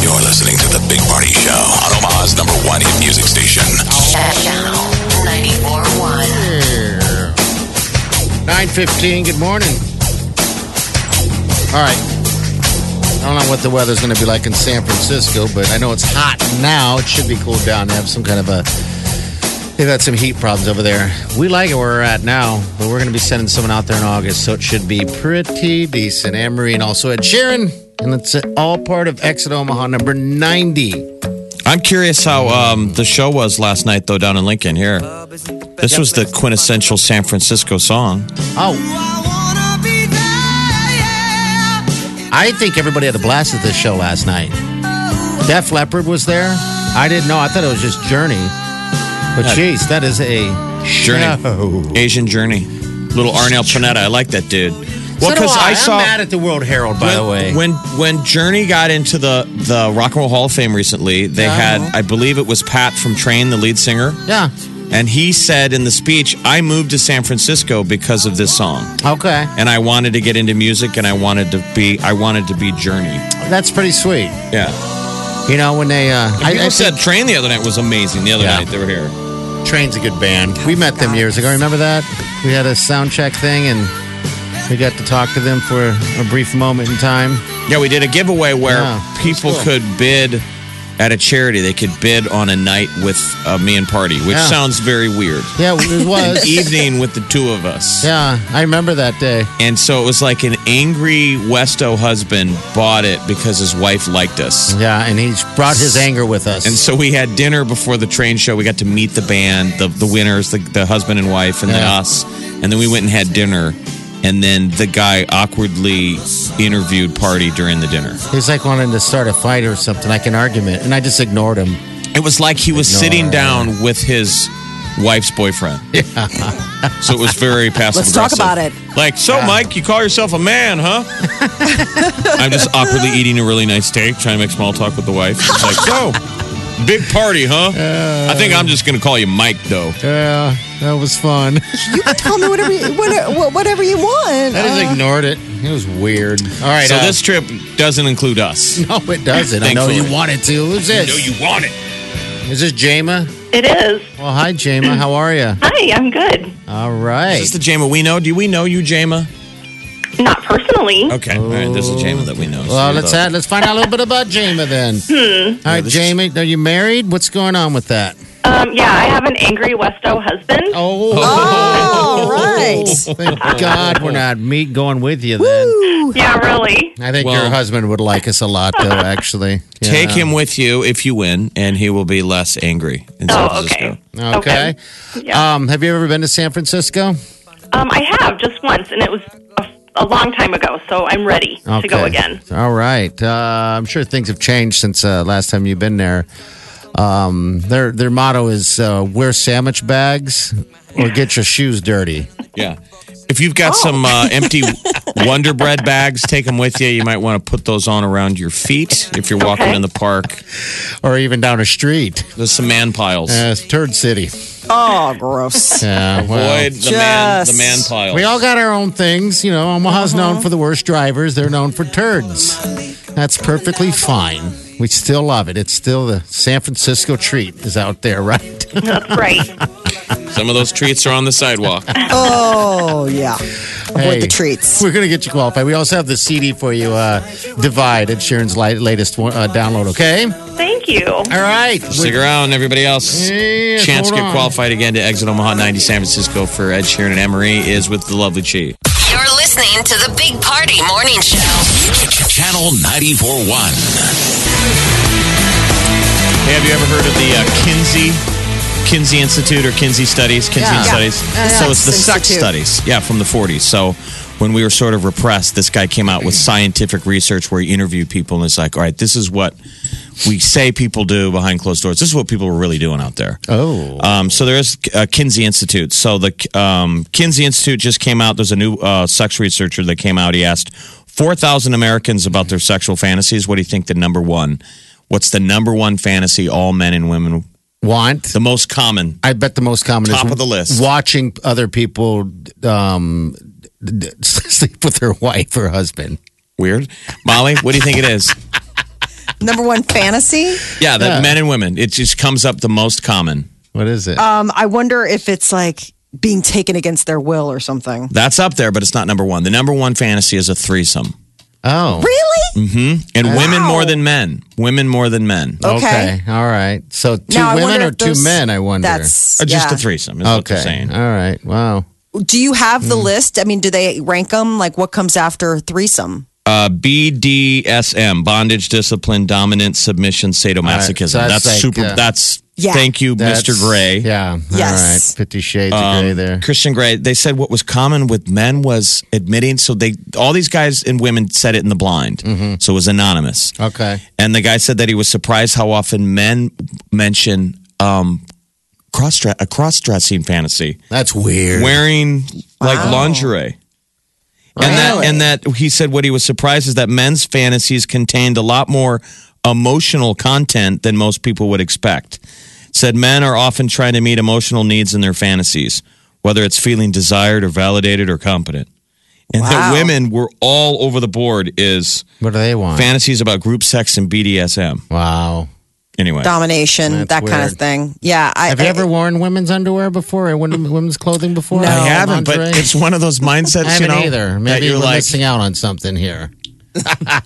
You're listening to The Big Party Show on Omaha's number one hit music station. Channel 94.1. 915, good morning. All right. I don't know what the weather's going to be like in San Francisco, but I know it's hot now. It should be cooled down. They have some kind of a. They've had some heat problems over there. We like it where we're at now, but we're going to be sending someone out there in August, so it should be pretty decent. Anne Marie and also Ed Sheeran. And it's all part of Exit Omaha number 90. I'm curious how um, the show was last night, though, down in Lincoln here. This was the quintessential San Francisco song. Oh, I think everybody had a blast at this show last night. Def Leppard was there. I didn't know. I thought it was just Journey. But Yeah. jeez, that is a Journey. Oh. show. Asian Journey. Little Arnell Panetta. I like that dude. So do I. am mad at the World Herald, by when, the way. when when Journey got into the the Rock and Roll Hall of Fame recently, they Uh-huh. had I believe it was Pat from Train, the lead singer, yeah. and he said in the speech, "I moved to San Francisco because of this song, Okay. and I wanted to get into music, and I wanted to be I wanted to be Journey." That's pretty sweet. Yeah, You know when they uh, I, people I, I said Train the other night was amazing. The other Yeah. night they were here. think Train's a good band. We met them years ago. Remember that? We had a sound check thing and we got to talk to them for a brief moment in time. Yeah, we did a giveaway where Yeah, people that's cool. could bid at a charity. They could bid on a night with uh, me and Party, which Yeah. sounds very weird. Yeah, it was. Evening with the two of us. yeah, I remember that day. And so it was like an angry Westo husband bought it because his wife liked us. Yeah, and he's brought his anger with us. And so we had dinner before the train show. We got to meet the band, the, the winners, the, the husband and wife, and then Yeah. us. And then we went and had dinner. And then the guy awkwardly interviewed Party during the dinner. He's like wanting to start a fight or something, like an argument, and I just ignored him. It was like he was Ignore. sitting down with his wife's boyfriend. Yeah. so it was very passive. Let's talk about it. Like, so, Mike, you call yourself a man, huh? I'm just awkwardly eating a really nice steak, trying to make small talk with the wife. It's like, so, big party, huh? I think I'm just going to call you Mike, though. Yeah, that was fun. You can tell me whatever you, whatever, whatever you want. I just ignored it. It was weird. All right, so uh, this trip doesn't include us. No, it doesn't. I know Thankfully. you wanted to. Who's I this? know you want it. Is this Jama? It is. Well, hi, Jama. How are you? Hi, I'm good. All right. Is this the Jama we know? Do we know you, Jama? Not personally. Okay. All right, this is the Jama that we know. Oh. well, So let's the- have, let's find out a little bit about Jama then. All right, Jama, are you married? What's going on with that? Um, yeah, I have an angry Westo husband. Oh, All right. thank God we're not me going with you then. Yeah, really. I think Well- your husband would like us a lot though. Actually, Take Yeah. him with you if you win, and he will be less angry. In San Oh, Francisco. okay. Okay. Yeah. Um, have you ever been to San Francisco? Um, I have just once, and it was a, a long time ago, so I'm ready to go again. All right. Uh, I'm sure things have changed since uh, last time you've been there. Um, their their motto is uh, wear sandwich bags or get your shoes dirty. Yeah. If you've got some uh, empty Wonder Bread bags, take them with you. You might want to put those on around your feet if you're walking Okay. in the park. or even down a street. There's some man piles. Uh, it's Turd City. Oh, gross. Yeah, well, Avoid the man, the Just- man piles. we all got our own things. You know, Omaha's known for the worst drivers. They're known for turds. That's perfectly fine. We still love it. It's still the San Francisco treat is out there, right? That's right. some of those treats are on the sidewalk. Oh, yeah. Avoid Hey. the treats. We're going to get you qualified. We also have the CD for you, uh, Divide, Ed Sharon's li- latest one, uh, download, okay? All Thank you. right. Stick around, everybody else. Yes, Chance to hold get on. qualified again to Exit Omaha 90 San Francisco for Ed Sheeran and Emery is with the lovely Chi. You're listening to the Big Party Morning Show. Channel 941. Hey, have you ever heard of the uh, Kinsey Kinsey Institute or Kinsey Studies, Kinsey Yeah. Studies. Yeah. So it's the Sex sex Institute. studies, yeah, from the 40s. So when we were sort of repressed, this guy came out with scientific research where he interviewed people and it's like, all right, this is what we say people do behind closed doors. This is what people are really doing out there. Oh. Um, so there is uh, Kinsey Institute. So the um, Kinsey Institute just came out. There's a new uh, sex researcher that came out. He asked 4,000 Americans about their sexual fantasies. What do you think the number one? What's the number one fantasy all men and women, Want. the most common? I bet the most common Top is of the list. Watching other people um, d- d- sleep with their wife or husband. Weird. Molly, what do you think it is? Number one fantasy. Yeah, that men and women. It just comes up the most common. What is it? Um, I wonder if it's like being taken against their will or something. That's up there, but it's not number one. The number one fantasy is a threesome. Mm-hmm. oh. Really? And women more than men. Women more than men. Oh, Okay. All right. So two Now, I women wonder or if two those- men, I wonder. Uh, That's Or just yeah. a threesome is what they're okay. saying. All right. Wow. Do you have Mm. the list? I mean, do they rank them? Like, what comes after threesome? Uh, BDSM, bondage, discipline, dominance, submission, sadomasochism. All right, so that's that's like, super. uh, That's Yeah. thank you, That's- Mr. Gray. Um, Yeah. Yes. All right. Fifty Shades of Gray there. Christian Gray. They said what was common with men was admitting. So they all these guys and women said it in the blind. Mm-hmm. So it was anonymous. Okay. And the guy said that he was surprised how often men mention um, cross a cross dressing fantasy, That's weird. wearing like lingerie. And that, and that he said what he was surprised is that men's fantasies contained a lot more emotional content than most people would expect. Said men are often trying to meet emotional needs in their fantasies, whether it's feeling desired or validated or competent. And that Wow. women were all over the board is what do they want? fantasies about group sex and BDSM. wow. Anyway, Domination, That's that kind weird. of thing. Yeah. I, Have you I- ever worn women's underwear before or women- women's clothing before? Eh, No. I haven't, but Lingerie? it's one of those mindsets, I you haven't know, either. that Maybe you're we're like, missing out on something here.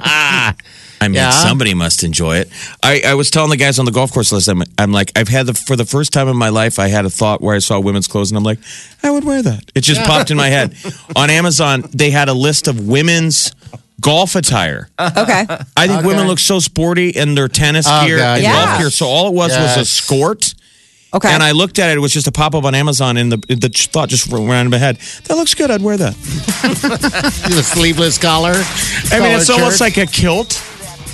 I mean, Yeah. somebody must enjoy it. I, I was telling the guys on the golf course last time, I'm like, I've had the, for the first time in my life, I had a thought where I saw women's clothes and I'm like, I would wear that. It just popped in my head. On Amazon, they had a list of women's golf attire. Okay. I think women look so sporty in their tennis Oh, gear God, and yes. golf gear. So all it was was a Yes. skirt. Okay. And I looked at it. It was just a pop up on Amazon, and the the thought just ran in my head. That looks good. I'd wear that. The sleeveless collar. I mean, it's almost like a kilt.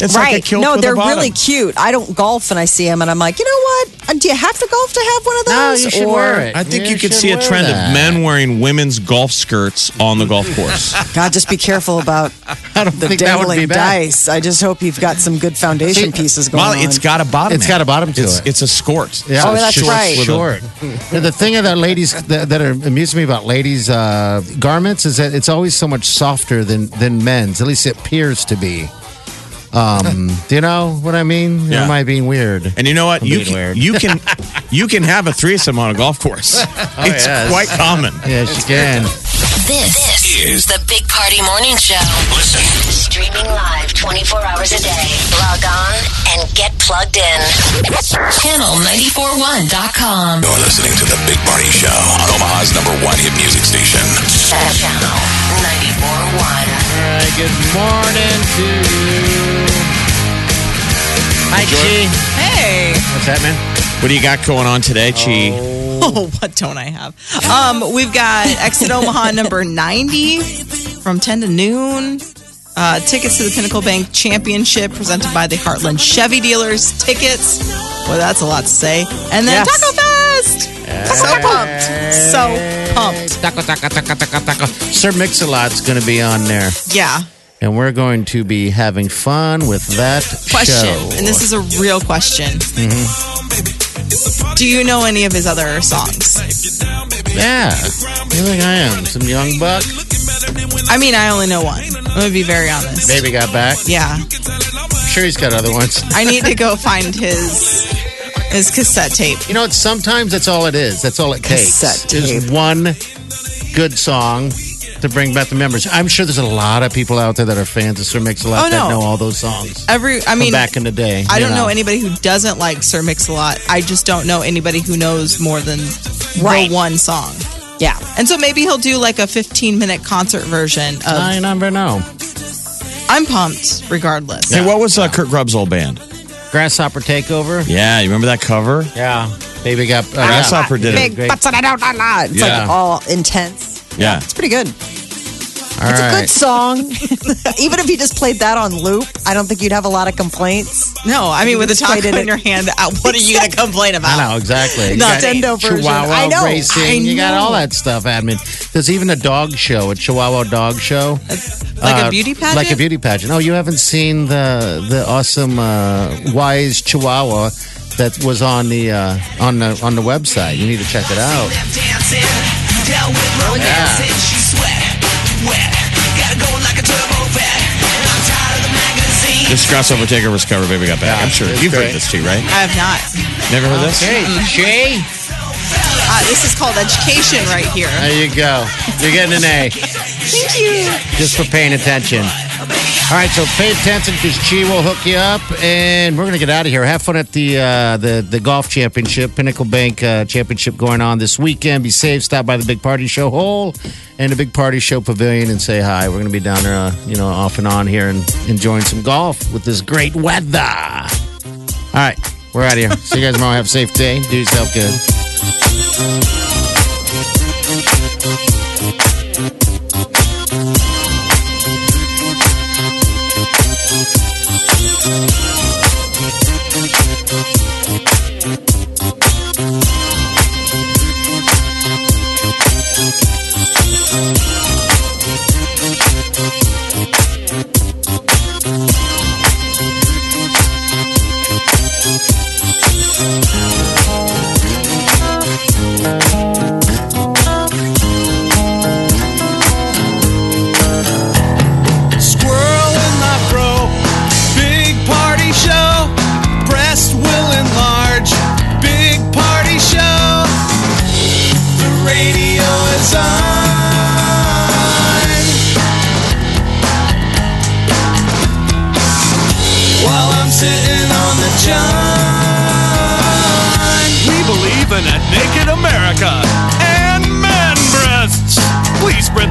It's right. like a kilt. no, with a they're bottom. really cute. I don't golf and I see them and I'm like, you know what? Uh, Do you have to golf to have one of No, those? you should or, wear it. I think You you, could should see a wear trend that. of men wearing women's golf skirts on the golf course. God, just be careful about I don't the think that would be dangling bad. dice. I just hope you've got some good foundation pieces going Molly, on. it's got a bottom. It's got a bottom to it's, it. It's a skirt. Yeah, Oh, it's that's short, right. Short. And the thing that ladies that, that are, amuses me about ladies' uh, garments is that it's always so much softer than than men's. At least it appears to be. Um, do you know what I mean? Or Yeah. Am I being weird? And you know what? You being can, weird. you can you can have a threesome on a golf course. Oh, it's yes. quite common. Yes, you can. This, is the Big Party Morning Show. Listen. Streaming live 24 hours a day. Log on and get plugged in. Channel941.com. You're listening to The Big Party Show on Omaha's number one hit music station. Channel 941. All right. Good morning to you. Hi, Chi. Hey. What's that, man? What do you got going on today, Chi? Oh, what don't I have? Um, we've got Exit Omaha number 90 from 10 to noon. Uh, tickets to the Pinnacle Bank Championship presented by the Heartland Chevy Dealers. Tickets. Well, that's a lot to say. And then Yes. Taco Fest. So pumped. So pumped. Taco, taco, taco, taco, taco. Sir Mix-a-Lot's going to be on there. Yeah. And we're going to be having fun with that Question. show. And this is a real question. Do you know any of his other songs? Yeah. You think I am? Some young buck. I mean, I only know one. I'm going to be very honest. Baby got back. Yeah. I'm sure he's got other ones. I need to go find his his cassette tape. You know, it's, sometimes that's all it is. That's all it takes. Cassette There's one good song to bring back the memories. I'm sure there's a lot of people out there that are fans of Sir Mix-a-Lot Oh, that no. know all those songs Every I from mean back in the day. I you don't know. anybody who doesn't like Sir Mix-a-Lot. I just don't know anybody who knows more than Right. the one song. yeah. And so maybe he'll do like a 15 minute concert version of I never know. I'm pumped regardless. Hey, what was uh, Kurt Grubb's old band? Grasshopper Takeover. Yeah, you remember that cover? Yeah. Baby got. Uh, yeah. Grasshopper did it. Big butts and I don't la, la. It's Yeah. like all intense. Yeah. It's pretty good. All It's a right. good song. Even if you just played that on loop, I don't think you'd have a lot of complaints. No, I mean with a taco Excited in it- your hand, uh, what are you going to complain about? I know exactly. You got Nintendo version. Chihuahua I know, racing. I You got know. all that stuff. I mean, there's even a dog show, a Chihuahua dog show, Uh, Like a beauty pageant. Like a beauty pageant. Oh, you haven't seen the the awesome uh, wise Chihuahua that was on the uh, on the on the website. You need to check it out. This Grasshopper Takeover's cover, Baby Got Back. I'm sure it's you've great. heard this too, right? I have not. Never heard this? Shay. Uh, this is called education right here. There you go. You're getting an A. Thank you. Just for paying attention. All right, so pay attention because Chi will hook you up, and we're gonna get out of here. Have fun at the uh, the the golf championship, Pinnacle Bank uh, Championship going on this weekend. Be safe. Stop by the Big Party Show Hall and the Big Party Show Pavilion and say hi. We're gonna be down there, uh, you know, off and on here and enjoying some golf with this great weather. All right, we're out of here. See you guys tomorrow. Have a safe day. Do yourself good. Squirrel in my bro. Big party show. Breast will enlarge. Big party show. The radio is on. While I'm sitting on the john. We believe in a naked America and man breasts. Please spread